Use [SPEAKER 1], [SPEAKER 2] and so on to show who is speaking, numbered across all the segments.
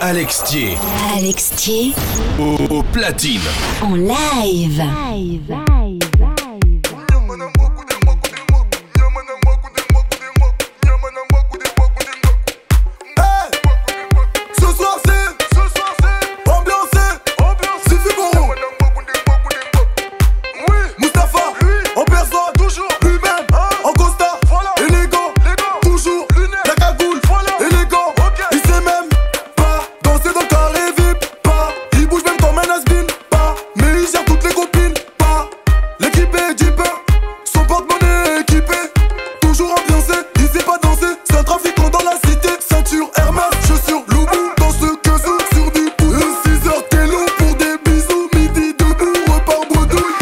[SPEAKER 1] Alex Thier
[SPEAKER 2] Alex Thier
[SPEAKER 1] au, au platine.
[SPEAKER 2] en live.
[SPEAKER 3] Ce soir c'est, ce soir c'est, ambiancé, ambiancé, Sylvie Gourou, Mustapha, en personne, toujours, lui-même, en costard, voilà, élégant, toujours, la cagoule, voilà, élégant, il sait même pas danser dans le carré VIP, pas, il bouge même comme un has-been, pas, mais il gère toutes les copines, pas, l'équipe est du peur, son porte-monnaie est équipé, toujours ambiancé, il sait pas danser, c'est un trafiquant dans la cité, ceinture, Hermès, chaussures, Loubou, dans ce que sous, sur du coup, le 6 heures t'es long pour des bisous, midi debout, repart bredouille.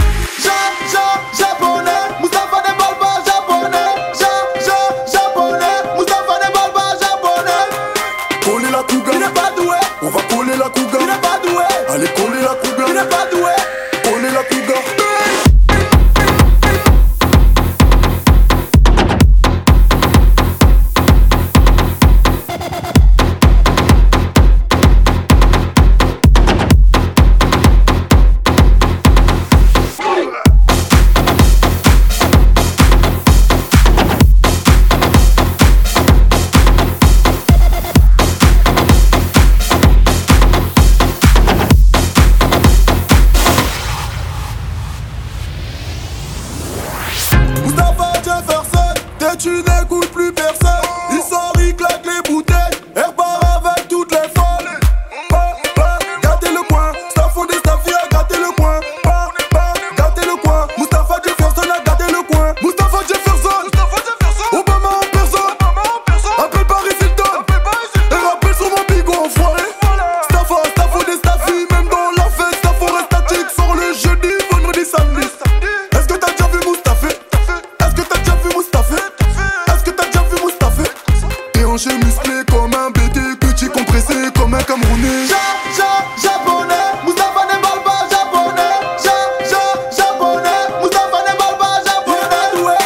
[SPEAKER 3] Ja, ja, japonais, Mustafa ne parle pas japonais, ja, ja, japonais, Mustafa ne parle pas japonais. Coller la couga, il n'est pas doué, on va coller la couga, il n'est pas doué, allez coller la couga, il n'est pas doué, coller la couga. Mustafa Jefferson, t'es tu n'écoutes plus personne. Il sort, il claque les bouteilles, elle repart avec toutes les folles. Pas, pas, gâtez le coin, Staffo des Staffy a gâté le coin. Pas, pas, gâtez le coin, Mustafa Jefferson a gâté le coin. Mustafa Jefferson, Obama en personne. Appelle Paris Hilton, et rappelle sur mon bigot enfoiré. Staffo, Staffo des Staffy, même dans la fête, Staffo reste statique, sort le jeudi, vendredi, samedi. Est-ce que t'as déjà vu Moustafé Est-ce que t'as déjà vu Moustafé Est-ce que t'as déjà vu Moustafé Déhanché, musclé comme un BD, petit compressé comme un Camerounais. Ja, ja, japonais, Moustapha ne parle pas japonais. Ja, ja, japonais, Moustapha ne parle pas japonais. Il est pas doué,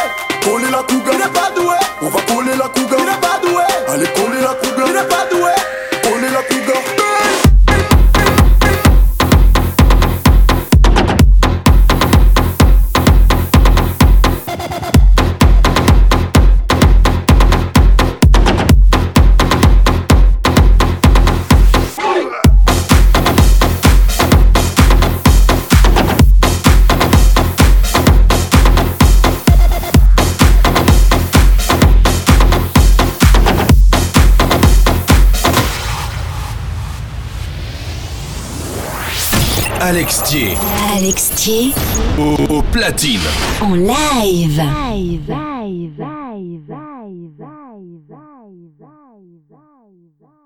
[SPEAKER 3] coller la couga. Il n'est pas doué, on va coller la couga. Il n'est pas doué, allez coller la couga. Il n'est pas doué, coller la couga.
[SPEAKER 1] Alex Thier
[SPEAKER 2] Alex Thier
[SPEAKER 1] au, au platine.
[SPEAKER 2] en live.
[SPEAKER 4] Bye, bye, bye, bye, bye, bye, bye, bye, bye.